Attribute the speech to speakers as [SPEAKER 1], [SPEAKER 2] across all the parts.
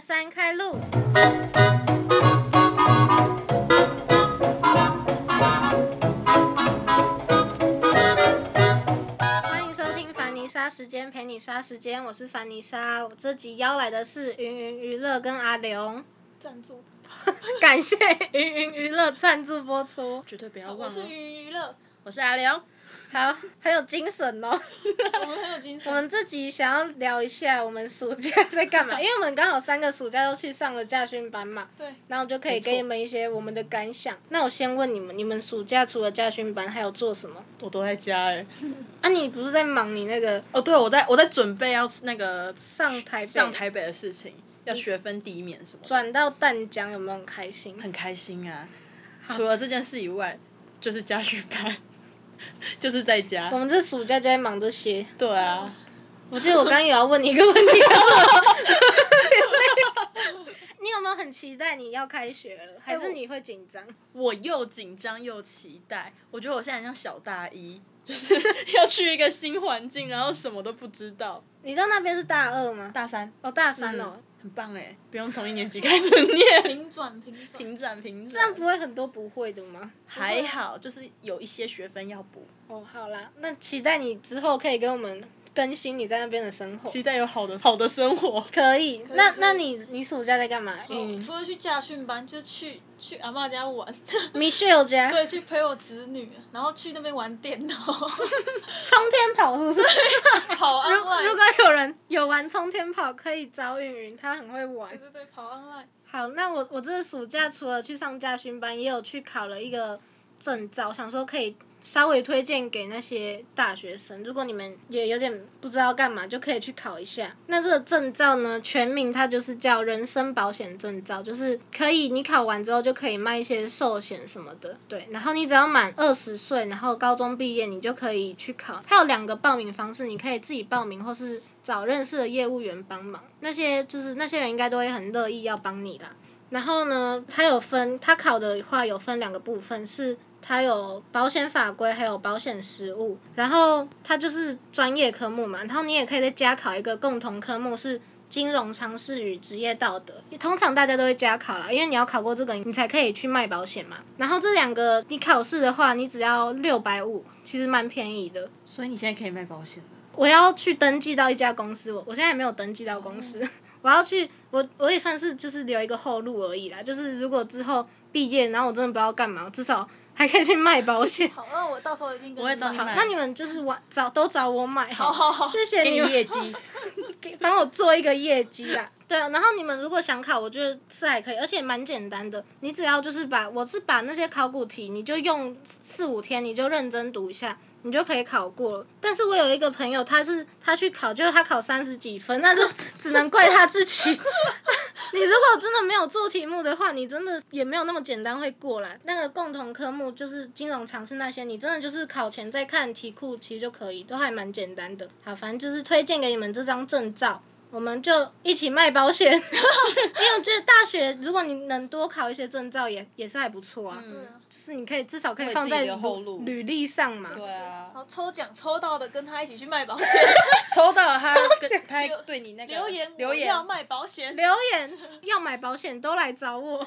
[SPEAKER 1] 三，开路！欢迎收听凡妮莎时间陪你杀时间，我是凡妮莎。我这集邀来的是云云娱乐跟阿 刘，
[SPEAKER 2] 赞助，
[SPEAKER 1] 感谢云云娱乐赞助播出。
[SPEAKER 3] 绝对不要
[SPEAKER 2] 我
[SPEAKER 3] 忘
[SPEAKER 2] 是
[SPEAKER 3] 了。
[SPEAKER 2] 云娱乐，
[SPEAKER 3] 我是阿良，
[SPEAKER 1] 好，很有精神 哦。
[SPEAKER 2] 我们很有精
[SPEAKER 1] 我
[SPEAKER 2] 神。
[SPEAKER 1] 们这集想要聊一下我们暑假在干嘛，因为我们刚好三个暑假都去上了驾训班嘛。
[SPEAKER 2] 对，
[SPEAKER 1] 然后就可以
[SPEAKER 3] 没错
[SPEAKER 1] 给你们一些我们的感想。那我先问你们，你们暑假除了驾训班还有做什么？
[SPEAKER 3] 我都在家哎、
[SPEAKER 1] 啊，你不是在忙你那个
[SPEAKER 3] 哦，对，我在我在准备要那个
[SPEAKER 1] 上台北
[SPEAKER 3] 上台北的事情，要学分第一免什么的，
[SPEAKER 1] 转到淡江有没有很开心？
[SPEAKER 3] 很开心啊。除了这件事以外，就是家训班， 就是在家
[SPEAKER 1] 我。们这暑假就在忙这些。
[SPEAKER 3] 对啊，
[SPEAKER 1] 我记得我刚刚也要问你一个问题，可是我 你有没有很期待你要开学了？还是你会紧张？
[SPEAKER 3] 哎我又紧张又期待，我觉得我现在很像小大一，就是要去一个新环境，然后什么都不知道。
[SPEAKER 1] 你到那边是大二吗？
[SPEAKER 3] 大三，
[SPEAKER 1] 哦，大三哦，
[SPEAKER 3] 很棒哎，不用从一年级开始念，
[SPEAKER 2] 平转平转，
[SPEAKER 3] 平转平
[SPEAKER 1] 这样
[SPEAKER 3] 转
[SPEAKER 1] 不，会很多不会的吗？
[SPEAKER 3] 还好，就是有一些学分要补。
[SPEAKER 1] 哦，好啦，那期待你之后可以跟我们更新你在那边的生活。
[SPEAKER 3] 期待有好的好的生活。
[SPEAKER 1] 可以，那
[SPEAKER 2] 可以
[SPEAKER 1] 那你你暑假在干嘛？
[SPEAKER 2] 哦
[SPEAKER 1] 嗯
[SPEAKER 2] 除了去驾训班，就去去阿嬷家玩，
[SPEAKER 1] ，Michelle 家
[SPEAKER 2] 对，去陪我侄女，然后去那边玩电脑，
[SPEAKER 1] 冲天跑是不是？
[SPEAKER 2] 跑
[SPEAKER 1] 如如
[SPEAKER 2] online，
[SPEAKER 1] 果有人有玩冲天跑，可以找云云，她很会玩
[SPEAKER 2] 对。对对，跑 online，。
[SPEAKER 1] 好，那我我这暑假除了去上驾训班，也有去考了一个证照，想说可以稍微推荐给那些大学生，如果你们也有点不知道干嘛，就可以去考一下。那这个证照呢，全名它就是叫人身保险证照，就是可以你考完之后就可以卖一些寿险什么的，对。然后你只要满二十岁，然后高中毕业，你就可以去考。它有两个报名方式，你可以自己报名，或是找认识的业务员帮忙。那些就是那些人应该都会很乐意要帮你啦。然后呢，它有分，它考的话有分两个部分，是它有保险法规，还有保险实务。然后它就是专业科目嘛，然后你也可以再加考一个共同科目是。金融常识与职业道德，通常大家都会加考啦，因为你要考过这个，你才可以去卖保险嘛。然后这两个你考试的话，你只要六百五，其实蛮便宜的。
[SPEAKER 3] 所以你现在可以卖保险了。
[SPEAKER 1] 我要去登记到一家公司，我我现在还没有登记到公司， 我要去，我我也算是就是留一个后路而已啦。就是如果之后毕业，然后我真的不知道干嘛，我至少还可以去卖保险
[SPEAKER 2] 好，那我到时候一定跟
[SPEAKER 3] 我会找
[SPEAKER 2] 你
[SPEAKER 3] 你
[SPEAKER 2] 买
[SPEAKER 3] 买
[SPEAKER 1] 那你们就是玩找都找我买，
[SPEAKER 2] 好好 好
[SPEAKER 1] 谢谢
[SPEAKER 3] 给你
[SPEAKER 1] 你们
[SPEAKER 3] 业绩，
[SPEAKER 1] 给帮我做一个业绩啦。 对啊，然后你们如果想考，我觉得是还可以，而且蛮简单的。你只要就是把我是把那些考古题，你就用四五天，你就认真读一下，你就可以考过了。但是我有一个朋友，他是他去考，就是他考三十几分，但是只能怪他自己。 你如果真的没有做题目的话，你真的也没有那么简单会过来。那个共同科目就是金融常识那些，你真的就是考前再看题库，其实就可以，都还蛮简单的。好，反正就是推荐给你们这张证照。我们就一起卖保险，因 为我觉得大学如果你能多考一些证照也，也是还不错啊。
[SPEAKER 2] 对啊
[SPEAKER 1] 就是你可以至少可以
[SPEAKER 3] 为
[SPEAKER 1] 放
[SPEAKER 3] 嗯自己
[SPEAKER 1] 在
[SPEAKER 3] 留后
[SPEAKER 1] 履
[SPEAKER 3] 路
[SPEAKER 1] 履历上嘛。
[SPEAKER 3] 对
[SPEAKER 2] 然后
[SPEAKER 3] 啊，
[SPEAKER 2] 抽奖抽到的跟他一起去卖保险，
[SPEAKER 3] 抽到了他跟他还对你那个
[SPEAKER 2] 留言
[SPEAKER 3] 留
[SPEAKER 2] 我要
[SPEAKER 3] 言，
[SPEAKER 2] 卖保险，
[SPEAKER 1] 留言要买保险都来找 我。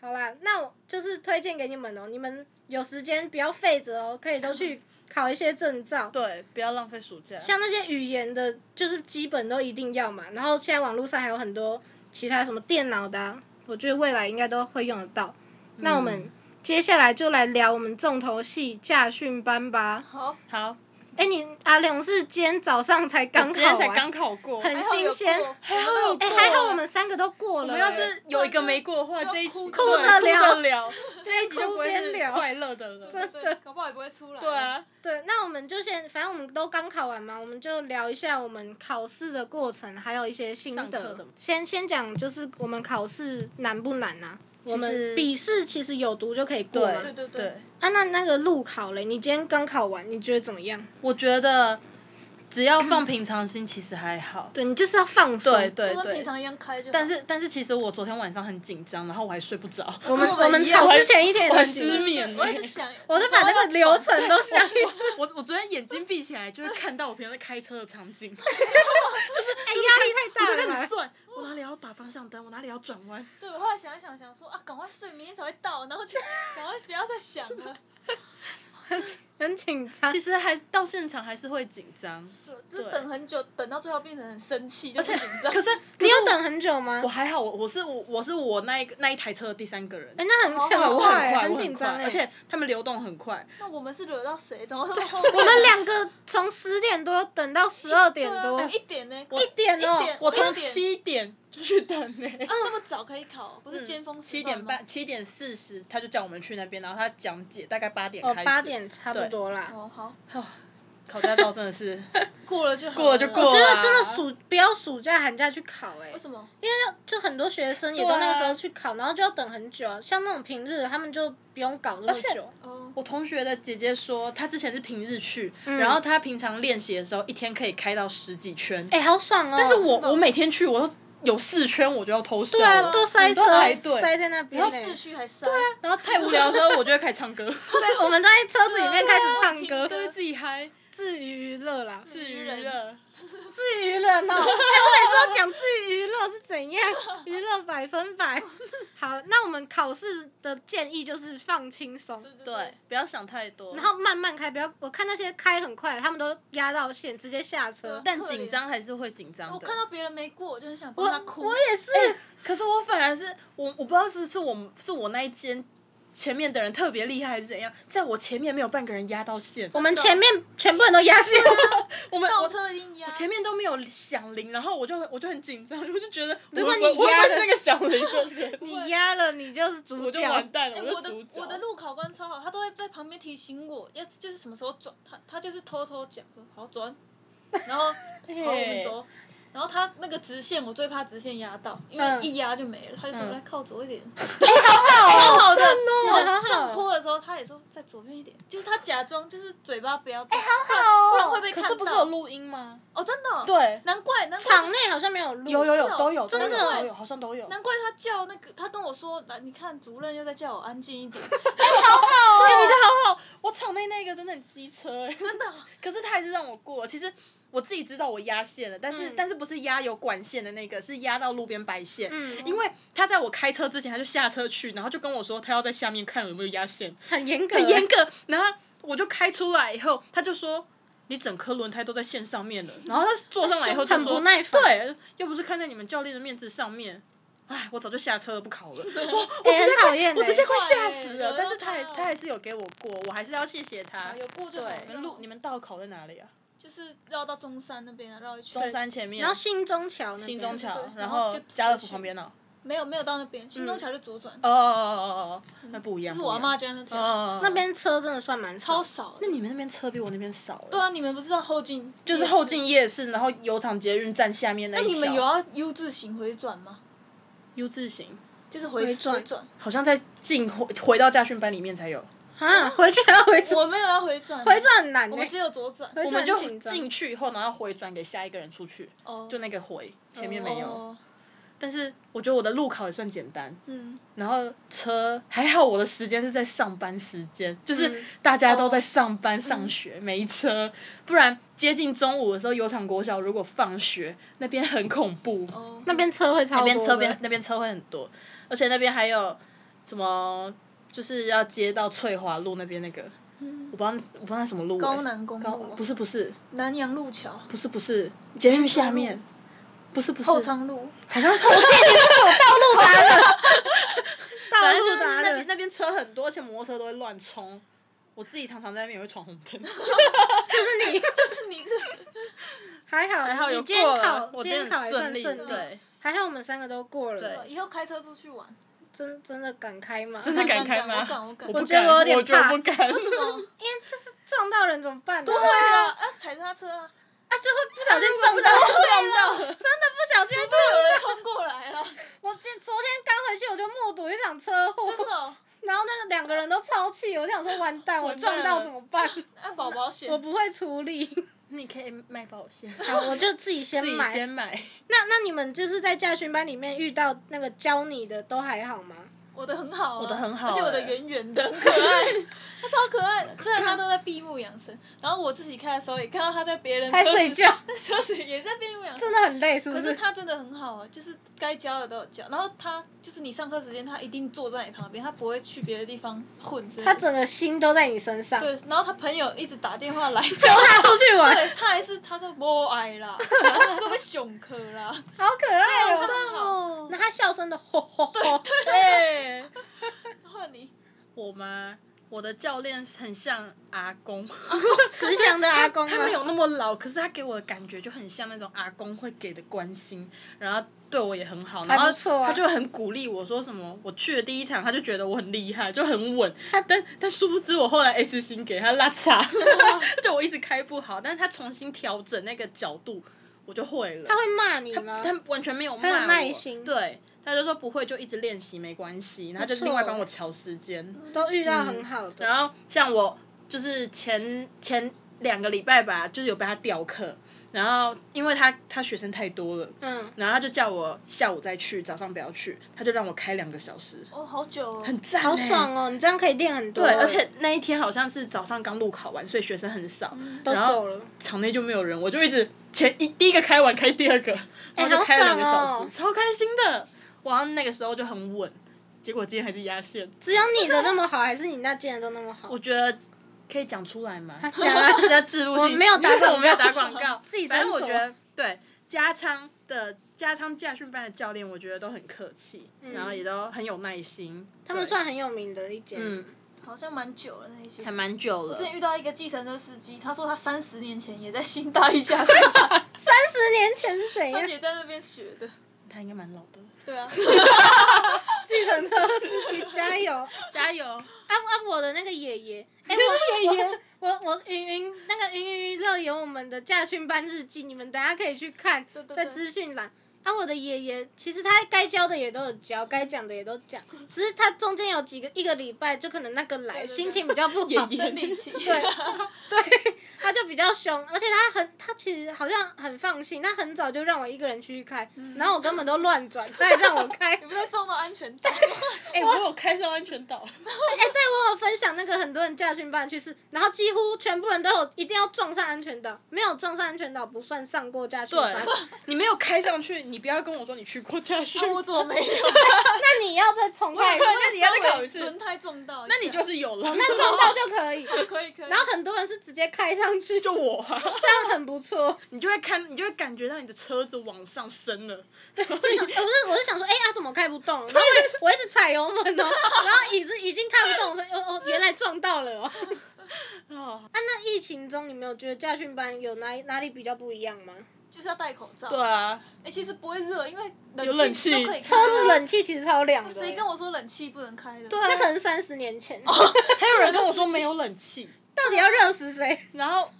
[SPEAKER 1] 好啦，那我就是推荐给你们哦，你们有时间不要废着哦，可以都去考一些证照。
[SPEAKER 3] 对，不要浪费暑假。
[SPEAKER 1] 像那些语言的，就是基本都一定要嘛。然后现在网络上还有很多其他什么电脑的啊、我觉得未来应该都会用得到。
[SPEAKER 3] 嗯
[SPEAKER 1] 那我们接下来就来聊我们重头戏驾训班吧。
[SPEAKER 2] 好，
[SPEAKER 3] 好，
[SPEAKER 1] 哎，你阿良是今天早上才刚考
[SPEAKER 3] 哦今天才
[SPEAKER 1] 完
[SPEAKER 3] 刚考过，
[SPEAKER 1] 很
[SPEAKER 2] 还好有
[SPEAKER 1] 新鲜
[SPEAKER 2] 过我们都有
[SPEAKER 1] 哎，
[SPEAKER 2] 过
[SPEAKER 1] 还好我们三个都过
[SPEAKER 3] 哎我
[SPEAKER 1] 了。
[SPEAKER 3] 们要是有一个没过的话，这一集
[SPEAKER 2] 哭哭
[SPEAKER 3] 对哭
[SPEAKER 1] 着聊
[SPEAKER 3] 着聊，这一集就不会
[SPEAKER 1] 哎哭边
[SPEAKER 3] 是
[SPEAKER 1] 聊
[SPEAKER 3] 快乐的了。
[SPEAKER 2] 对对对，搞不好也不会出来。
[SPEAKER 3] 对，啊，
[SPEAKER 1] 对，那我们就先，反正我们都刚考完嘛，我们就聊一下我们考试的过程，还有一些心
[SPEAKER 3] 上课
[SPEAKER 1] 得
[SPEAKER 3] 的吗。
[SPEAKER 1] 先先讲就是我们考试难不难啊？我们
[SPEAKER 3] 实
[SPEAKER 1] 笔试其实有读就可以过嘛。
[SPEAKER 2] 对对对
[SPEAKER 3] 对，
[SPEAKER 1] 啊，那那个路考嘞，你今天刚考完，你觉得怎么样？
[SPEAKER 3] 我觉得只要放平常心，其实还好。
[SPEAKER 1] 对你就是要放松。
[SPEAKER 3] 对对
[SPEAKER 2] 就跟平
[SPEAKER 3] 对，
[SPEAKER 2] 常一样开就好。
[SPEAKER 3] 但是但是其实我昨天晚上很紧张，然后我还睡不着，
[SPEAKER 1] 我们
[SPEAKER 2] 跟我
[SPEAKER 1] 我
[SPEAKER 2] 们
[SPEAKER 1] 们
[SPEAKER 2] 一样
[SPEAKER 1] 考
[SPEAKER 3] 我
[SPEAKER 1] 试
[SPEAKER 3] 还
[SPEAKER 1] 前一天也
[SPEAKER 3] 我还
[SPEAKER 1] 很紧
[SPEAKER 3] 失
[SPEAKER 1] 张
[SPEAKER 3] 眠
[SPEAKER 2] 我一
[SPEAKER 3] 欸
[SPEAKER 2] 直想，
[SPEAKER 1] 我都把那个流程都想
[SPEAKER 2] 想。
[SPEAKER 3] 我我昨天眼 睛闭起来，就会看到我平常在开车的场景，
[SPEAKER 1] 哎，压力太
[SPEAKER 3] 我就
[SPEAKER 1] 大了
[SPEAKER 3] 开始
[SPEAKER 1] 吧。
[SPEAKER 3] 算，我哪里要打方向灯，我哪里要转弯，
[SPEAKER 2] 对，我后来想一想，想说啊，赶快睡，明天才会到，然后就赶快不要再想了。
[SPEAKER 1] 很紧张
[SPEAKER 3] 其。实还到现场还是会紧张，
[SPEAKER 2] 就是等很久，等到最后变成很生气，就很紧张。
[SPEAKER 3] 啊可是
[SPEAKER 1] 你有等很久吗
[SPEAKER 3] 我？还好，我我是我我是我那一个那一台车的第三个人
[SPEAKER 1] 哎、，那很
[SPEAKER 2] 对
[SPEAKER 1] 很
[SPEAKER 3] 我很快，
[SPEAKER 1] 快，
[SPEAKER 3] 我很
[SPEAKER 1] 紧张
[SPEAKER 3] 快
[SPEAKER 1] 哎。
[SPEAKER 3] 而且他们流动很快，
[SPEAKER 2] 那我们是惹到谁？怎么那么后
[SPEAKER 1] 我
[SPEAKER 2] 面？
[SPEAKER 1] 们两个从十点多等到十二点
[SPEAKER 2] 对啊
[SPEAKER 1] 多，
[SPEAKER 3] 哎
[SPEAKER 2] 我一点呢，
[SPEAKER 1] 一点哦
[SPEAKER 2] 一点
[SPEAKER 3] 我从
[SPEAKER 2] 一点
[SPEAKER 3] 七点就去等呢、
[SPEAKER 2] 那么早可以考，不是尖峰时
[SPEAKER 3] 七
[SPEAKER 1] 嗯
[SPEAKER 2] 段
[SPEAKER 3] 点
[SPEAKER 2] 吗
[SPEAKER 3] 半，七点四十，他就叫我们去那边，然后他讲解大概八点
[SPEAKER 1] 哦
[SPEAKER 3] 开始。
[SPEAKER 1] 八点差不多啦。
[SPEAKER 2] 哦，好，
[SPEAKER 3] 考驾照真的是
[SPEAKER 2] 过了就好
[SPEAKER 3] 过了就
[SPEAKER 1] 我
[SPEAKER 3] 过
[SPEAKER 1] 觉
[SPEAKER 3] 了
[SPEAKER 1] 得真的暑不要暑假寒假去考哎、
[SPEAKER 2] 为什么？
[SPEAKER 1] 就很多学生也都
[SPEAKER 3] 对啊
[SPEAKER 1] 那个时候去考，然后就要等很久啊。像那种平日，他们就不用搞那么
[SPEAKER 3] 且
[SPEAKER 1] 久。
[SPEAKER 2] 哦，
[SPEAKER 3] 我同学的姐姐说，她之前是平日去，然后她平常练习的时候一天可以开到十几圈，
[SPEAKER 1] 哎、好爽哦！但
[SPEAKER 3] 但是我
[SPEAKER 2] 真的哦
[SPEAKER 3] 我每天去我都有四圈我就要偷笑
[SPEAKER 1] 对啊，
[SPEAKER 3] 了
[SPEAKER 1] 都塞
[SPEAKER 3] 你
[SPEAKER 1] 车，
[SPEAKER 3] 都排队
[SPEAKER 1] 塞在那边、
[SPEAKER 2] 然
[SPEAKER 1] 欸。
[SPEAKER 2] 后市区还塞，对啊，
[SPEAKER 3] 然后太无聊的时候我就会开始唱歌，
[SPEAKER 1] 对，我们都在车子里面开始唱
[SPEAKER 2] 对啊
[SPEAKER 1] 歌，
[SPEAKER 2] 对
[SPEAKER 3] 自己嗨，
[SPEAKER 1] 自娱娱乐啦，
[SPEAKER 3] 自娱
[SPEAKER 2] 娱
[SPEAKER 3] 娱
[SPEAKER 2] 人
[SPEAKER 3] 乐。
[SPEAKER 1] 自娱乐呢？哎、我每次都讲自娱娱乐是怎样，娱乐百分百。好，那我们考试的建议就是放轻松，
[SPEAKER 2] 对
[SPEAKER 3] 对，不要想太多。
[SPEAKER 1] 然后慢慢开，不要我看那些开很快，他们都压到线，直接下车。
[SPEAKER 3] 但紧张还是会紧张的。
[SPEAKER 2] 我看到别人没过，我就很想帮
[SPEAKER 1] 我
[SPEAKER 2] 他哭。
[SPEAKER 1] 我也是，
[SPEAKER 3] 可是我反而是我，我不知道是是我是我那一间前面的人特别厉害还是怎样，在我前面没有半个人压到线，
[SPEAKER 1] 我们前面全部人都压线，
[SPEAKER 3] 我们
[SPEAKER 2] 倒
[SPEAKER 3] 我
[SPEAKER 2] 车一定压，
[SPEAKER 3] 前面都没有响铃，然后我就我就很紧张，我就觉得
[SPEAKER 1] 如果
[SPEAKER 3] 我
[SPEAKER 1] 你
[SPEAKER 3] 我我
[SPEAKER 1] 压
[SPEAKER 3] 会
[SPEAKER 1] 的
[SPEAKER 3] 是那个响铃 的人，
[SPEAKER 1] 你压了你就是主
[SPEAKER 3] 我就
[SPEAKER 1] 角
[SPEAKER 3] 完。蛋了，
[SPEAKER 2] 哎，
[SPEAKER 3] 我
[SPEAKER 2] 我
[SPEAKER 3] 就
[SPEAKER 2] 的
[SPEAKER 3] 主角。
[SPEAKER 2] 我的路考官超好，他都会在旁边提醒我，要就是什么时候转，他他就是偷偷讲说好转，然 后好我们
[SPEAKER 3] 嘿
[SPEAKER 2] 走，然后他那个直线我最怕直线压到，因
[SPEAKER 1] 嗯
[SPEAKER 2] 为一压就没了，他就说
[SPEAKER 3] 嗯
[SPEAKER 2] 来靠左一 点，
[SPEAKER 1] 好
[SPEAKER 2] 好的，
[SPEAKER 1] 哦
[SPEAKER 2] 然后
[SPEAKER 1] 真的
[SPEAKER 2] 上
[SPEAKER 1] 哦
[SPEAKER 2] 坡的时候他也说在左边一点，就是他假装就是嘴巴不
[SPEAKER 3] 哎
[SPEAKER 2] 要动，
[SPEAKER 1] 好哦
[SPEAKER 2] 不然会被
[SPEAKER 3] 可
[SPEAKER 2] 看
[SPEAKER 3] 是不是有
[SPEAKER 2] 到。
[SPEAKER 3] 录音吗？
[SPEAKER 2] 哦，真的哦，
[SPEAKER 3] 对，
[SPEAKER 2] 难怪难怪
[SPEAKER 1] 场内好像没有录，
[SPEAKER 3] 有有
[SPEAKER 2] 是
[SPEAKER 3] 有
[SPEAKER 2] 哦
[SPEAKER 3] 都有，
[SPEAKER 1] 真
[SPEAKER 3] 都有
[SPEAKER 1] 的
[SPEAKER 3] 都有，好像都有。
[SPEAKER 2] 难怪他叫那个，他跟我说，来你看主任又在叫我安静一点，
[SPEAKER 3] 哎对，你的好好，我场内那个真的很机车哎。
[SPEAKER 2] 真的 哦，
[SPEAKER 3] 可是他还是让我过。其实我自己知道我压线了，但是、
[SPEAKER 1] 嗯
[SPEAKER 3] 但是不是压有管线的那个，是压到路边白线。
[SPEAKER 1] 嗯
[SPEAKER 3] 因为他在我开车之前，他就下车去，然后就跟我说他要在下面看有没有压线，
[SPEAKER 1] 很严格，
[SPEAKER 3] 很严格。然后我就开出来以后，他就说。你整颗轮胎都在线上面了，然后他坐上来以后就
[SPEAKER 1] 很
[SPEAKER 3] 说：“
[SPEAKER 1] 不耐烦
[SPEAKER 3] 对，又不是看在你们教练的面子上面，哎，我早就下车了，不考了。我我
[SPEAKER 1] 哎
[SPEAKER 3] 直接
[SPEAKER 1] 很讨
[SPEAKER 3] 快，
[SPEAKER 1] 厌
[SPEAKER 3] 我直接快吓
[SPEAKER 2] 欸
[SPEAKER 3] 死了。
[SPEAKER 2] 对
[SPEAKER 3] 但是他
[SPEAKER 2] 啊
[SPEAKER 3] 还他还是有给我过，我还是要谢谢他。
[SPEAKER 2] 有过就好
[SPEAKER 3] 对，你们路你们道口在哪里啊？
[SPEAKER 2] 就是绕到中山那边啊，绕一圈。
[SPEAKER 3] 中山前面，
[SPEAKER 1] 然后新中桥那边
[SPEAKER 3] 新中
[SPEAKER 2] 对
[SPEAKER 3] 桥
[SPEAKER 2] 对，对
[SPEAKER 3] 然
[SPEAKER 2] 然后
[SPEAKER 3] 后
[SPEAKER 2] 就嗯
[SPEAKER 3] 家乐福旁边呢。
[SPEAKER 2] 没有没有到那边，新东桥就左转，
[SPEAKER 3] 哦哦哦哦哦，那不一样。
[SPEAKER 2] 就是我阿
[SPEAKER 3] 不一样
[SPEAKER 2] 妈。家那
[SPEAKER 3] 哦
[SPEAKER 2] 条，
[SPEAKER 3] 哦，哦
[SPEAKER 1] 那。边车真的算蛮
[SPEAKER 2] 超
[SPEAKER 1] 少，
[SPEAKER 2] 少
[SPEAKER 3] 那
[SPEAKER 2] 的。
[SPEAKER 3] 你们那边车比我那边少。欸
[SPEAKER 2] 对，啊，你们不知道后进
[SPEAKER 3] 就是后进。夜市，然后油厂捷运站下面那
[SPEAKER 2] 那
[SPEAKER 3] 一条。
[SPEAKER 2] 你们有要 U 字形回转吗？
[SPEAKER 3] U 字形？
[SPEAKER 2] 就是回
[SPEAKER 1] 回转
[SPEAKER 2] 回转，
[SPEAKER 3] 好像在进回回到驾训班里面才有。
[SPEAKER 1] 啊，回去还要回转，
[SPEAKER 2] 我没有要回转，啊
[SPEAKER 1] 回转欸很难
[SPEAKER 2] 我
[SPEAKER 1] 呢、
[SPEAKER 2] 们只有左转。
[SPEAKER 1] 回
[SPEAKER 3] 我
[SPEAKER 1] 转
[SPEAKER 3] 们
[SPEAKER 1] 很
[SPEAKER 3] 就
[SPEAKER 1] 紧张。
[SPEAKER 3] 进去以后，然后回转给下一个人出去，
[SPEAKER 2] 哦，
[SPEAKER 3] 就那个回，前面没有。
[SPEAKER 2] 哦。
[SPEAKER 3] 但是我觉得我的路考也算简单，
[SPEAKER 2] 嗯，
[SPEAKER 3] 然后车还好，我的时间是在上班时间，就是
[SPEAKER 1] 嗯
[SPEAKER 3] 大家都在上班上学，没车。不然接近中午的时候，油厂国小如果放学，那边很恐怖，
[SPEAKER 2] 哦，
[SPEAKER 1] 那边车会超多的，
[SPEAKER 3] 那边车边那边车会很多，而且那边还有什么，就是要接到翠华路那边那个，我不知道我不知道那什么路、欸，
[SPEAKER 2] 高南公
[SPEAKER 3] 高
[SPEAKER 2] 路
[SPEAKER 3] 不
[SPEAKER 2] 啊，
[SPEAKER 3] 是不是
[SPEAKER 2] 南阳路桥，
[SPEAKER 3] 不是不是捷运下面，不是不是
[SPEAKER 2] 后昌路，
[SPEAKER 3] 好像是后昌
[SPEAKER 1] 道
[SPEAKER 3] 反正就
[SPEAKER 1] 路
[SPEAKER 3] 是
[SPEAKER 1] 达
[SPEAKER 3] 那边
[SPEAKER 1] 人，
[SPEAKER 3] 那边车很多，而且摩托车都会乱冲。我自己常常在那边也会闯红灯，
[SPEAKER 1] 就是你
[SPEAKER 2] 就是你这
[SPEAKER 1] 还好，
[SPEAKER 3] 还好有
[SPEAKER 1] 你今天
[SPEAKER 3] 过了
[SPEAKER 1] 考，，
[SPEAKER 3] 我
[SPEAKER 1] 今
[SPEAKER 3] 真
[SPEAKER 1] 天
[SPEAKER 3] 的
[SPEAKER 1] 考还
[SPEAKER 3] 很
[SPEAKER 1] 算
[SPEAKER 3] 利。
[SPEAKER 1] 顺利，
[SPEAKER 3] 对，
[SPEAKER 1] 还好我们三个都过了，
[SPEAKER 3] 对
[SPEAKER 2] 以后开车出去玩，
[SPEAKER 1] 真真的敢开吗？
[SPEAKER 3] 真的敢
[SPEAKER 2] 敢
[SPEAKER 3] 开
[SPEAKER 2] 敢
[SPEAKER 3] 吗
[SPEAKER 2] 我？敢我敢
[SPEAKER 3] 不
[SPEAKER 1] 我觉得我有
[SPEAKER 3] 敢，
[SPEAKER 1] 点
[SPEAKER 3] 我就
[SPEAKER 1] 怕
[SPEAKER 3] 不敢。
[SPEAKER 2] 为什 么？
[SPEAKER 1] 因为就是撞到人怎么办呢、
[SPEAKER 2] 对啊，啊，踩刹车啊，
[SPEAKER 1] 啊，就会不小心撞到，
[SPEAKER 3] 撞到了，
[SPEAKER 1] 真的不小心撞。
[SPEAKER 2] 有人啊冲过来了，
[SPEAKER 1] 我今昨天刚回去，我就目睹一场车祸，
[SPEAKER 2] 真的哦，
[SPEAKER 1] 然后那两个人都超气，我想说完蛋，我
[SPEAKER 3] 完蛋
[SPEAKER 1] 撞
[SPEAKER 3] 了
[SPEAKER 1] 到怎么办？
[SPEAKER 2] 那保保险
[SPEAKER 1] 我，不会处理，
[SPEAKER 3] 你可以卖保险，
[SPEAKER 1] 好，我就自己先
[SPEAKER 3] 自己
[SPEAKER 1] 买。
[SPEAKER 3] 先买。
[SPEAKER 1] 那那你们就是在驾训班里面遇到那个教你的都还好吗？
[SPEAKER 2] 我的很好、啊，我
[SPEAKER 3] 的很好
[SPEAKER 2] 而且我的
[SPEAKER 3] 欸
[SPEAKER 2] 圆圆的，很可爱，它超可爱的。虽然它都在闭目养神，然后我自己看的时候也看到它在别人
[SPEAKER 1] 还
[SPEAKER 2] 车子
[SPEAKER 1] 睡觉，
[SPEAKER 2] 车子也 在闭目养神。
[SPEAKER 1] 真的很累，是不
[SPEAKER 2] 可是
[SPEAKER 1] 是？
[SPEAKER 2] 它真的很好啊，就是该教的都有教，然后它就是你上课时间，它一定坐在你旁边，它不会去别的地方混之类
[SPEAKER 1] 他
[SPEAKER 2] 的。
[SPEAKER 1] 整个心都在你身上，
[SPEAKER 2] 对，然后他朋友一直打电话来，
[SPEAKER 1] 揪他出去玩，
[SPEAKER 2] 对，他还是他说不爱啦，然后会不会熊科啦？
[SPEAKER 1] 好可爱
[SPEAKER 2] 好
[SPEAKER 1] 哦。
[SPEAKER 2] 棒哦！
[SPEAKER 1] 那他笑声的吼吼吼，
[SPEAKER 3] 对，
[SPEAKER 2] 换你，
[SPEAKER 3] 我吗？我的教练很像阿公，
[SPEAKER 1] 哦慈祥的阿公
[SPEAKER 3] 他没有
[SPEAKER 1] 吗？
[SPEAKER 3] 那么老，可是他给我的感觉就很像那种阿公会给的关心，然后对我也很好，然后
[SPEAKER 1] 还不错啊
[SPEAKER 3] 他就很鼓励我说什么，我去了第一堂他就觉得我很厉害，就很稳，但但殊不知我后来 S 型给他 拉差，对我一直开不好，但是他重新调整那个角度，我就会了。
[SPEAKER 1] 他会骂你吗？
[SPEAKER 3] 他完全没有骂
[SPEAKER 1] 有
[SPEAKER 3] 我
[SPEAKER 1] 耐心
[SPEAKER 3] 对，他就说不会就一直练习没关系，然后就
[SPEAKER 1] 不错欸
[SPEAKER 3] 另外帮我调时间。
[SPEAKER 1] 都遇到很好的，
[SPEAKER 3] 然后像我就是前前两个礼拜吧，就是有被他调课，然后因为他他学生太多了，
[SPEAKER 1] 嗯，
[SPEAKER 3] 然后他就叫我下午再去，早上不要去，他就让我开两个小时，
[SPEAKER 2] 哦，好久哦，
[SPEAKER 3] 很赞、欸，
[SPEAKER 1] 好爽哦！你这样可以练很多，
[SPEAKER 3] 对，而且那一天好像是早上刚路考完，所以学生很少，
[SPEAKER 1] 都
[SPEAKER 3] 然后
[SPEAKER 1] 走了。
[SPEAKER 3] 场内就没有人，我就一直前一第一个开完开第二个，然后就开了两个小
[SPEAKER 1] 哎好
[SPEAKER 3] 时，
[SPEAKER 1] 爽哦
[SPEAKER 3] 超开心的。哇，那个时候就很稳，结果今天还是压线。
[SPEAKER 1] 只有你的那么好，还是你那件的都那么好
[SPEAKER 3] 我？觉得可以讲出来吗？
[SPEAKER 1] 讲啊
[SPEAKER 3] 人家植入性，
[SPEAKER 1] 我没有打广告
[SPEAKER 3] 我没有打广告，
[SPEAKER 1] 自己斟酌
[SPEAKER 3] 反正我觉得对加仓的加仓驾训班的教练，我觉得都很客气，然后也都很有耐心。
[SPEAKER 1] 嗯他们
[SPEAKER 3] 对
[SPEAKER 1] 算很有名的一间，
[SPEAKER 3] 嗯，
[SPEAKER 2] 好像蛮久了那一些
[SPEAKER 3] 还。蛮久了
[SPEAKER 2] 之。前遇到一个计程车司机，他说他三十年前也在新大一家学的，
[SPEAKER 1] 三十年前是啊怎
[SPEAKER 2] 他
[SPEAKER 1] 样？
[SPEAKER 2] 姐在那边学的。
[SPEAKER 3] 他应该蛮老的。
[SPEAKER 2] 对啊，
[SPEAKER 1] 计程车司机加油！啊
[SPEAKER 3] 加油！
[SPEAKER 1] 啊！我的那个爷 爷，哎、我我我我云云那个云云娱乐有我们的驾训班日记，你们等下可以去看，
[SPEAKER 2] 对对
[SPEAKER 1] 在
[SPEAKER 2] 对
[SPEAKER 1] 资讯栏。啊，我的爷爷其实他该教的也都有教，该讲的也都 讲，只是他中间有几个一个礼拜就可能那个来
[SPEAKER 2] 对对对
[SPEAKER 1] 心情比较不好，
[SPEAKER 2] 生理期。
[SPEAKER 1] 对对， 他就比较凶，而且他很，他其实好像很放心，他很早就让我一个人去开，
[SPEAKER 2] 嗯
[SPEAKER 1] 然后我根本都乱转，他也让我 开。
[SPEAKER 2] 你不是撞到安全带？
[SPEAKER 3] 哎、我有开上安全岛。
[SPEAKER 1] 哎、对我有分享那个很多人驾训班的趣事，然后几乎全部人都有一定要撞上安全岛，没有撞上安全岛不算上过驾训班。
[SPEAKER 3] 对，你没有开上去，你不要跟我说你去过驾
[SPEAKER 1] 啊
[SPEAKER 3] 训，
[SPEAKER 2] 啊我怎么没有？
[SPEAKER 1] 那你要再重来一次，
[SPEAKER 3] 那你要再考一次
[SPEAKER 2] 稍微轮胎撞到一下。
[SPEAKER 3] 那你就是有了。
[SPEAKER 1] 哦那撞到就可以。
[SPEAKER 2] 可以可以。
[SPEAKER 1] 然后很多人是直接开上去，
[SPEAKER 3] 就我啊、
[SPEAKER 1] 这样很不错。
[SPEAKER 3] 你就会看，你就会感觉到你的车子往上升了。
[SPEAKER 1] 对，就想，哎我是我是想说，哎、呀、怎么开不动？然后我也我一直踩油门哦，然后椅子已经开不动，我说，哦哦，原来撞到了哦。
[SPEAKER 3] 哦，
[SPEAKER 1] 啊，那疫情中你没有觉得驾训班有哪哪里比较不一样吗？
[SPEAKER 2] 就是要戴口罩。
[SPEAKER 3] 对。啊，
[SPEAKER 2] 哎，其实不会热，因为
[SPEAKER 3] 有冷气
[SPEAKER 2] 都可以开。
[SPEAKER 1] 车子冷气其实超凉的欸、
[SPEAKER 2] 谁跟我说冷气不能开的？
[SPEAKER 3] 对啊
[SPEAKER 1] 那可能三十年前，
[SPEAKER 3] 还有人跟我说没有冷气，
[SPEAKER 1] 到底要热死谁？
[SPEAKER 3] 然后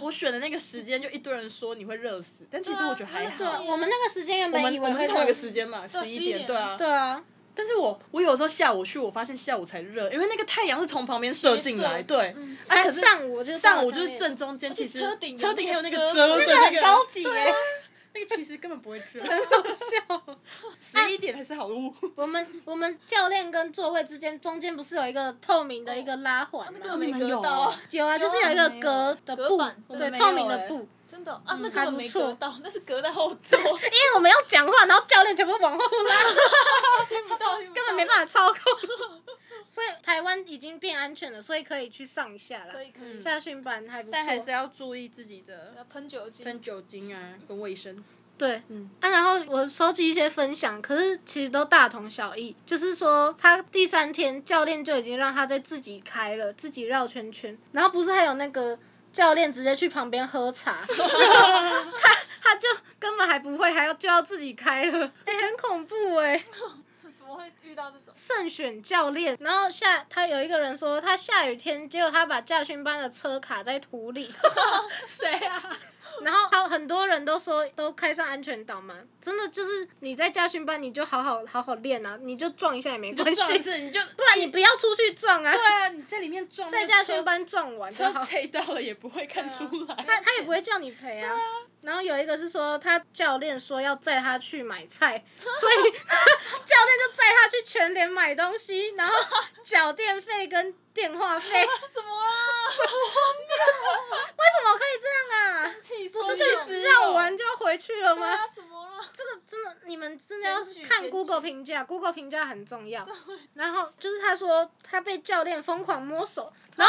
[SPEAKER 3] 我选的那个时间就一堆人说你会热死，但其实我觉得还
[SPEAKER 2] 对啊
[SPEAKER 3] 好。
[SPEAKER 1] 对，我们那个时间原
[SPEAKER 3] 我
[SPEAKER 1] 本以
[SPEAKER 3] 们我
[SPEAKER 1] 为
[SPEAKER 3] 们
[SPEAKER 1] 会
[SPEAKER 3] 是同一
[SPEAKER 1] 热
[SPEAKER 3] 个
[SPEAKER 1] 死
[SPEAKER 3] 时。间嘛，十一
[SPEAKER 2] 11
[SPEAKER 3] 点，对啊。
[SPEAKER 1] 对啊，
[SPEAKER 3] 但是我我有时候下午去，我发现下午才热，因为那个太阳是从旁边射进来，
[SPEAKER 2] 斜射
[SPEAKER 3] 对。
[SPEAKER 2] 嗯
[SPEAKER 3] 啊，
[SPEAKER 1] 但
[SPEAKER 3] 可是
[SPEAKER 1] 哎上午就是
[SPEAKER 3] 上
[SPEAKER 1] 到
[SPEAKER 3] 午就
[SPEAKER 1] 下
[SPEAKER 3] 是
[SPEAKER 1] 面
[SPEAKER 3] 正中间，
[SPEAKER 2] 而且
[SPEAKER 3] 其实
[SPEAKER 2] 车顶有
[SPEAKER 3] 车顶还有那
[SPEAKER 2] 那
[SPEAKER 3] 个
[SPEAKER 2] 个
[SPEAKER 3] 遮
[SPEAKER 2] 遮
[SPEAKER 3] 的
[SPEAKER 1] 那个很高级耶、
[SPEAKER 3] 那个其实根本不会热，
[SPEAKER 1] 好笑。
[SPEAKER 3] 十一点才是好物。
[SPEAKER 1] 啊 我们我们教练跟座位之间中间不是有一个透明的一个拉环
[SPEAKER 2] 哦那
[SPEAKER 1] 吗？
[SPEAKER 2] 根本
[SPEAKER 3] 你们
[SPEAKER 2] 没隔
[SPEAKER 3] 有
[SPEAKER 2] 到啊，
[SPEAKER 1] 有啊，就是有一个隔的
[SPEAKER 2] 隔
[SPEAKER 1] 布
[SPEAKER 2] 板，
[SPEAKER 3] 我
[SPEAKER 1] 对，
[SPEAKER 3] 们没
[SPEAKER 1] 透
[SPEAKER 3] 有
[SPEAKER 1] 明的
[SPEAKER 3] 欸
[SPEAKER 1] 布，
[SPEAKER 2] 真的啊，那
[SPEAKER 1] 还
[SPEAKER 2] 根本
[SPEAKER 1] 不
[SPEAKER 2] 没
[SPEAKER 1] 错
[SPEAKER 2] 隔到， 那是隔在后座，
[SPEAKER 1] 因为我们要讲话，然后教练全部往后拉，
[SPEAKER 2] 根
[SPEAKER 1] 根本没办法操控。所以台湾已经变安全了，所以可以去上一下了
[SPEAKER 2] 可。以可以，
[SPEAKER 1] 驾训班哎还不错，
[SPEAKER 3] 但还是要注意自己的
[SPEAKER 2] 要喷酒精，
[SPEAKER 3] 跟酒精啊，跟卫生。
[SPEAKER 1] 对，
[SPEAKER 3] 嗯
[SPEAKER 1] 啊，然后我收集一些分享，可是其实都大同小异。就是说，他第三天教练就已经让他在自己开了，自己绕圈圈，然后不是还有那个教练直接去旁边喝茶， 然后他他就根本还不会，还要就要自己开了，哎、很恐怖哎、
[SPEAKER 2] 怎么会遇到这种？
[SPEAKER 1] 慎选教练。然后下他有一个人说，他下雨天，结果他把驾训班的车卡在土里。
[SPEAKER 3] 谁啊？
[SPEAKER 1] 然后他很多人都说都开上安全岛嘛，真的就是你在家训班，你就好好好好练啊，你就撞一下也没
[SPEAKER 3] 就
[SPEAKER 1] 关
[SPEAKER 3] 撞一
[SPEAKER 1] 系，
[SPEAKER 3] 次你就
[SPEAKER 1] 不然你不要出去撞啊，
[SPEAKER 3] 对啊，你在里面撞那
[SPEAKER 1] 在
[SPEAKER 3] 个
[SPEAKER 1] 家
[SPEAKER 3] 车
[SPEAKER 1] 训班撞完就
[SPEAKER 3] 车
[SPEAKER 1] 好。
[SPEAKER 3] 贼到了也不会看出来。
[SPEAKER 1] 他他也不会叫你赔啊。然后有一个是 说，他教练说要载他去买菜，所以教练就载他去全人连买东西，然后缴电费跟电话 费，为
[SPEAKER 2] 什么啊？
[SPEAKER 1] 什么可以这样啊？
[SPEAKER 2] 气死
[SPEAKER 3] 不
[SPEAKER 2] 我！
[SPEAKER 3] 是气死
[SPEAKER 1] 让我玩就要回去了
[SPEAKER 2] 哦对
[SPEAKER 1] 吗？
[SPEAKER 2] 啊，什么了？
[SPEAKER 1] 这个真的，你们真的要
[SPEAKER 2] 检举检
[SPEAKER 1] 看
[SPEAKER 2] 举
[SPEAKER 1] Google 评价，Google 评价很重要。 然后就是他说他被教练疯狂摸
[SPEAKER 2] 啊
[SPEAKER 1] 手，然后、 然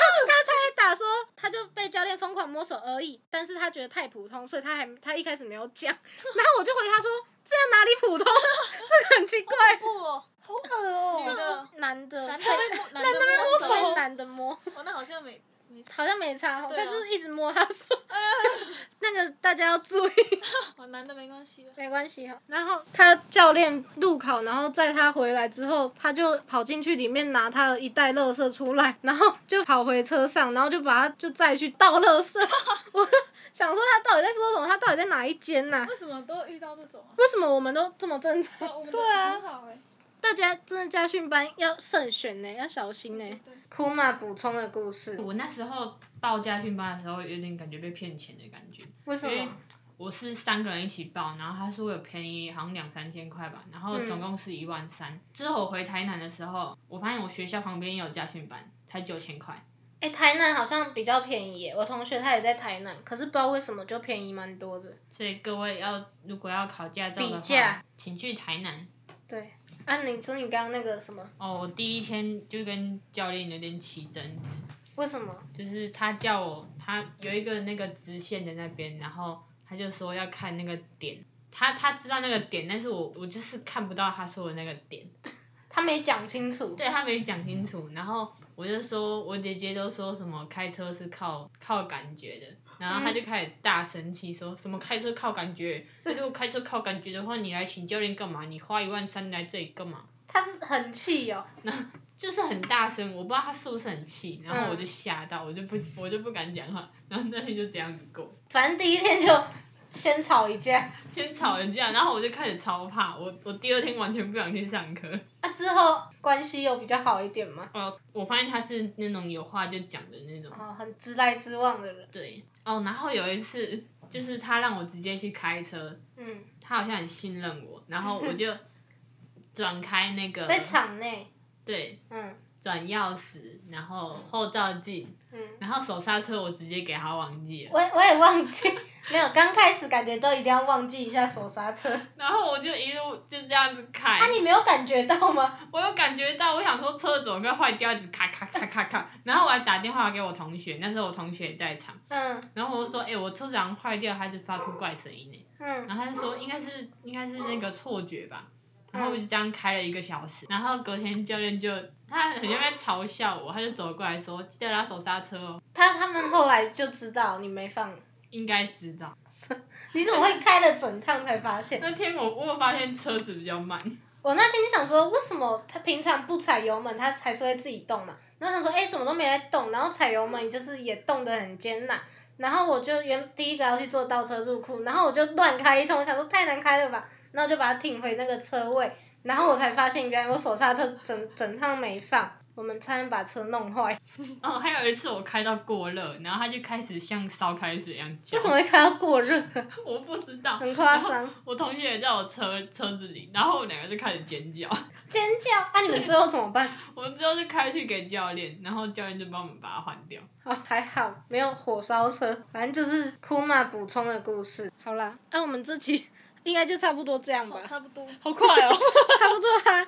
[SPEAKER 1] 后他才打说他就被教练疯狂摸手而已，但是他觉得太普通，所以他还他一开始没有 讲。然后我就回他说这样哪里普通？ 这个很奇 怪。
[SPEAKER 2] 不哦，
[SPEAKER 3] 好恶哦
[SPEAKER 2] 女的
[SPEAKER 1] 男的，
[SPEAKER 2] 男的被 摸，男的
[SPEAKER 3] 被摸
[SPEAKER 2] 手
[SPEAKER 1] 被
[SPEAKER 3] 手
[SPEAKER 1] 男的摸，
[SPEAKER 2] 哦，那好像没没差。
[SPEAKER 1] 好像没差哦，
[SPEAKER 2] 对啊
[SPEAKER 1] 但就是一直摸他手。 那个大家要注意。
[SPEAKER 2] 哦，男的没关系了。
[SPEAKER 1] 没关系哈。然后他教练路考，然后在他回来之后，他就跑进去里面拿他的一袋垃圾出来， 然后就跑回车上，然后就把他就再去倒垃圾。 我想说他到底在说什么？他到底在哪一间呐、
[SPEAKER 2] 为什么都遇到这种啊？
[SPEAKER 1] 为什么我们都这么正常？
[SPEAKER 2] 对啊，我们对啊，很好哎。
[SPEAKER 1] 大家真的家训班要慎选呢、要小心呢、
[SPEAKER 2] 对对
[SPEAKER 1] 库玛补充的故事，
[SPEAKER 4] 我那时候报家训班的时候，有点感觉被骗钱的感觉。
[SPEAKER 1] 为什
[SPEAKER 4] 因为
[SPEAKER 2] 嗯
[SPEAKER 1] 么？
[SPEAKER 4] 我是三个人一起报，然后他说有便宜，好像两三千块吧，然
[SPEAKER 1] 嗯
[SPEAKER 4] 后总共是一万三。之后我回台南的时候，我发现我学校旁边也有家训班，才九千块。
[SPEAKER 1] 哎、台南好像比较便宜耶、我同学他也在台南，可是不知道为什么就便宜蛮多的。
[SPEAKER 4] 所以各位要如果要考驾照
[SPEAKER 1] 比
[SPEAKER 4] 的
[SPEAKER 1] 价
[SPEAKER 4] 话，
[SPEAKER 2] 嗯
[SPEAKER 4] 请去台南。
[SPEAKER 1] 对，啊，你说你刚刚那个什么？
[SPEAKER 4] 哦，我第一天就跟教练有点起争执，
[SPEAKER 1] 为什么？
[SPEAKER 4] 就是他叫我，他有一个那个直线的那边，然后他就说要看那个点，他他知道那个点，但是我我就是看不到他说的那个点，
[SPEAKER 1] 他没讲清楚。
[SPEAKER 4] 对他没讲清楚，然后我就说我姐姐都说什么开车是靠靠感觉的，然后他就开始大生气，说什么开车靠感觉，如果开车靠感觉的话，你来请教练干嘛？你花一万三来这里干嘛？
[SPEAKER 1] 他是很气哦，
[SPEAKER 4] 就是很大声，我不知道他是不是很气，然后我就
[SPEAKER 1] 嗯
[SPEAKER 4] 吓到，我就不我就不敢讲话，然后那天就这样子过。
[SPEAKER 1] 反正第一天就先吵一架，
[SPEAKER 4] 先吵一架，然后我就开始超怕，我我第二天完全不想去上课。
[SPEAKER 1] 啊之后关系有比较好一点嘛，
[SPEAKER 4] 哦，我发现他是那种有话就讲的那种。
[SPEAKER 1] 哦，很直来直往的人，
[SPEAKER 4] 对，哦，然后有一次就是他让我直接去开车，
[SPEAKER 1] 嗯，
[SPEAKER 4] 他好像很信任我，然后 我就转开那个
[SPEAKER 1] 在场内，
[SPEAKER 4] 对
[SPEAKER 1] 嗯
[SPEAKER 4] 转钥匙，然后后照镜，
[SPEAKER 1] 嗯，
[SPEAKER 4] 然后手刹车我直接给他忘记了。
[SPEAKER 1] 我也我也忘记， 没有，刚开始感觉都一定要忘记一下手刹车，啊
[SPEAKER 4] 然后我就一路就这样子开，
[SPEAKER 1] 你没有感觉到吗？
[SPEAKER 4] 我有感觉到，我想说车子怎么会坏掉，一直咔咔咔咔咔。然后我还打电话给我同学，那时候我同学也在场，
[SPEAKER 1] 嗯
[SPEAKER 4] 然后我就说，哎、我车子好像坏掉，它就发出怪声音呢。
[SPEAKER 1] 嗯，
[SPEAKER 4] 然后他就说，应该是应该是那个错觉吧。然后我就这样开了一个小时，然后隔天教练就他很像在嘲笑我，他就走过来说，记得拉手刹车哦。
[SPEAKER 1] 他他们后来就知道你没放，
[SPEAKER 4] 应该知道。
[SPEAKER 1] 你怎么会开了整趟才发现？
[SPEAKER 4] 那天我我有发现车子比较慢，
[SPEAKER 1] 我那天就想说，为什么他平常不踩油门，他还是会自己动嘛？然后想说，哎、怎么都没在动，然后踩油门就是也动得很艰难。然后我就原第一个要去做倒车入库，然后我就乱开一通，我想说太难开了吧，然后就把它停回那个车位，然后我才发现原来我手刹车整整趟没放，我们差点把车弄坏。
[SPEAKER 4] 哦，还有一次我开到过热，然后他就开始像烧开水一样叫。
[SPEAKER 1] 为什么？会开到过热？
[SPEAKER 4] 我不知道。
[SPEAKER 1] 很夸张，
[SPEAKER 4] 我同学也在我车车子里，然后我们两个就开始尖叫。
[SPEAKER 1] 尖叫！啊，你们最后怎么办？
[SPEAKER 4] 我们之后就开去给教练，然后教练就帮我们把它换掉。
[SPEAKER 1] 哦，还好没有火烧车，反正就是库玛补充的故事。好啦，那、我们这期应该就差不多这样吧，
[SPEAKER 3] 哦
[SPEAKER 2] 差不多。
[SPEAKER 3] 好快哦！
[SPEAKER 1] 差不多啊。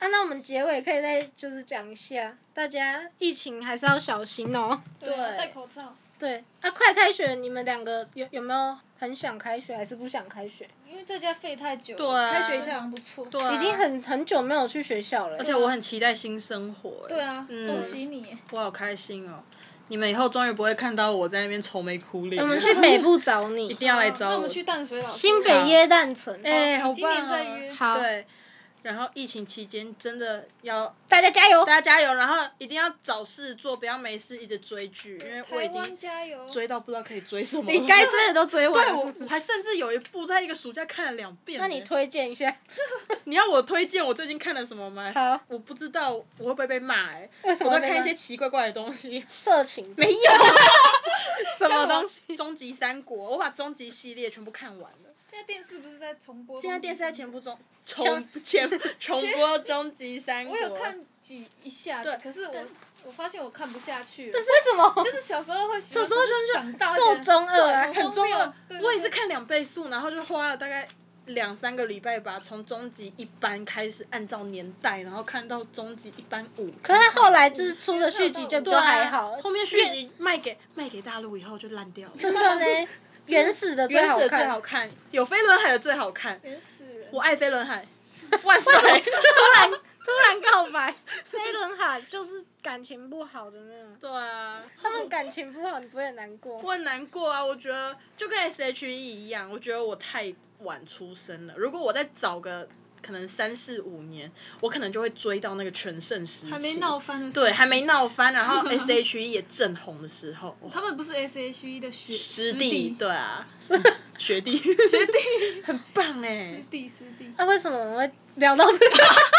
[SPEAKER 1] 啊，那我们结尾可以再就是讲一下，大家疫情还是要小心哦。
[SPEAKER 2] 对
[SPEAKER 3] 对
[SPEAKER 2] 戴口罩，
[SPEAKER 1] 对，啊，快开学，你们两个有有没有很想开学，还是不想开学？
[SPEAKER 3] 啊
[SPEAKER 2] 因为在家废太久了。
[SPEAKER 3] 对啊
[SPEAKER 2] 开学一下好像不错。对
[SPEAKER 3] 对啊
[SPEAKER 1] 已经很很久没有去学校了，
[SPEAKER 3] 而 且我很期待新生活。
[SPEAKER 2] 对啊，
[SPEAKER 3] 嗯
[SPEAKER 2] 恭喜你。
[SPEAKER 3] 我好开心哦！你们以后终于不会看到我在那边愁眉苦脸。
[SPEAKER 1] 我们去北部找
[SPEAKER 3] 一
[SPEAKER 1] 你，
[SPEAKER 3] 定要来
[SPEAKER 2] 那
[SPEAKER 3] 找
[SPEAKER 2] 我们去淡水老师。
[SPEAKER 1] 新北耶诞城。
[SPEAKER 3] 哎，好棒哦！
[SPEAKER 2] 今年再约
[SPEAKER 1] 好，
[SPEAKER 3] 对，然后疫情期间真的要
[SPEAKER 1] 大家加油！
[SPEAKER 3] 大家加油，然后一定要找事做，不要没事一直追剧，因为我已
[SPEAKER 2] 台湾
[SPEAKER 3] 经
[SPEAKER 2] 加油！
[SPEAKER 3] 追到不知道可以追什么了。
[SPEAKER 1] 你该追的都追完
[SPEAKER 3] 对
[SPEAKER 1] 了，
[SPEAKER 3] 我
[SPEAKER 1] 是不
[SPEAKER 3] 我
[SPEAKER 1] 是
[SPEAKER 3] 还甚至有一部在一个暑假看了两遍呢。
[SPEAKER 1] 那你推荐一下，
[SPEAKER 3] 你要我推荐我最近看了什么吗？
[SPEAKER 1] 好
[SPEAKER 3] 我不知道我会不会被骂哎、
[SPEAKER 1] 为什
[SPEAKER 3] 我
[SPEAKER 1] 么
[SPEAKER 3] 在
[SPEAKER 1] 没
[SPEAKER 3] 看一
[SPEAKER 1] 吗
[SPEAKER 3] 些奇怪怪的东西。
[SPEAKER 1] 色情？
[SPEAKER 3] 没有
[SPEAKER 1] 什
[SPEAKER 3] 什
[SPEAKER 1] 么
[SPEAKER 3] 么
[SPEAKER 1] 东
[SPEAKER 3] 东
[SPEAKER 1] 西？
[SPEAKER 3] 西，《终极三国》，我把终极系列全部看完了。
[SPEAKER 2] 现在电视不是在重播？
[SPEAKER 3] 现在电视在前部中重前 重播《终极三国
[SPEAKER 2] 我》，有看几一下子，
[SPEAKER 3] 对
[SPEAKER 2] 可是我我发现我看不下去了。
[SPEAKER 3] 但是
[SPEAKER 1] 为什么？
[SPEAKER 2] 就是小时候会喜欢，
[SPEAKER 3] 小时候就是
[SPEAKER 2] 长大
[SPEAKER 1] 够
[SPEAKER 2] 就
[SPEAKER 1] 中二啊
[SPEAKER 2] 对！
[SPEAKER 3] 很重要
[SPEAKER 2] 荒谬。
[SPEAKER 3] 我也是看两倍速，然后就花了大概两三个礼拜吧，从终极一班开始，按照年代，然后看到终极一班五。
[SPEAKER 1] 可是他后来就是出了续集就比
[SPEAKER 3] 对
[SPEAKER 1] 较
[SPEAKER 3] 啊
[SPEAKER 1] 还好，
[SPEAKER 3] 后面续集卖给卖给大陆以后就烂掉了。
[SPEAKER 1] 真的 呢，原始的最
[SPEAKER 3] 原
[SPEAKER 1] 好
[SPEAKER 3] 始的最
[SPEAKER 1] 看
[SPEAKER 3] 好。看，有飞轮海的最好看。
[SPEAKER 2] 原始人。
[SPEAKER 3] 我爱飞轮 海，万岁！
[SPEAKER 1] 突然突然告 白，飞轮海就是感情不好的那种，
[SPEAKER 3] 对啊，
[SPEAKER 1] 他们感情不好，你不会很难过？
[SPEAKER 3] 我很难过啊！我觉得就跟 S H E 一样，我觉得我太晚出生了。如果我再早个可能三四五年，我可能就会追到那个全盛时期，
[SPEAKER 5] 还没闹翻的时期，
[SPEAKER 3] 对，还没闹翻，然 后 S H E 也正红的时候，哇
[SPEAKER 5] 他们不是 S H E 的学
[SPEAKER 3] 师弟，对啊， 学弟，
[SPEAKER 5] 学弟
[SPEAKER 3] 棒哎、
[SPEAKER 5] 师弟师 弟，
[SPEAKER 1] 那为什么我们会聊到这个？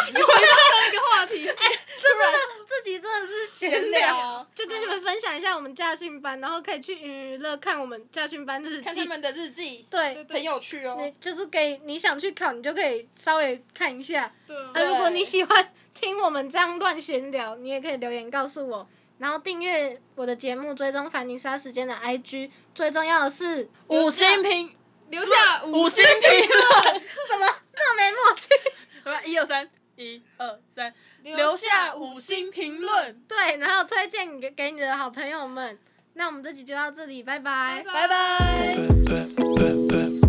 [SPEAKER 5] 一个话 题，
[SPEAKER 2] 哎
[SPEAKER 1] 这 真的，这集真的是闲
[SPEAKER 3] 闲聊
[SPEAKER 1] 聊，就跟你们分享一下我们驾训班，然后可以去云娱乐看我们驾训班日
[SPEAKER 3] 看他
[SPEAKER 1] 记。
[SPEAKER 3] 们的日记，
[SPEAKER 1] 对，
[SPEAKER 3] 很有趣
[SPEAKER 1] 你
[SPEAKER 3] 哦。
[SPEAKER 1] 就是给你想去考，你就可以稍微看一下。
[SPEAKER 2] 对啊
[SPEAKER 1] 啊，如果你喜欢听我们这样乱闲聊，你也可以留言告诉我，然后订阅我的节目，追踪凡妮莎时间的 IG。最重要的是，
[SPEAKER 3] 五星评，
[SPEAKER 2] 留下
[SPEAKER 3] 五星 评
[SPEAKER 1] 怎么这么没默契？
[SPEAKER 3] 论，一二三，一二三，留
[SPEAKER 2] 留
[SPEAKER 3] 下
[SPEAKER 2] 下
[SPEAKER 3] 五
[SPEAKER 2] 五
[SPEAKER 3] 星评论，
[SPEAKER 1] 对，然后推荐给给你的好朋友们。那我们这集就到这里，拜拜
[SPEAKER 5] 拜
[SPEAKER 2] 拜
[SPEAKER 5] 拜。
[SPEAKER 6] Bye.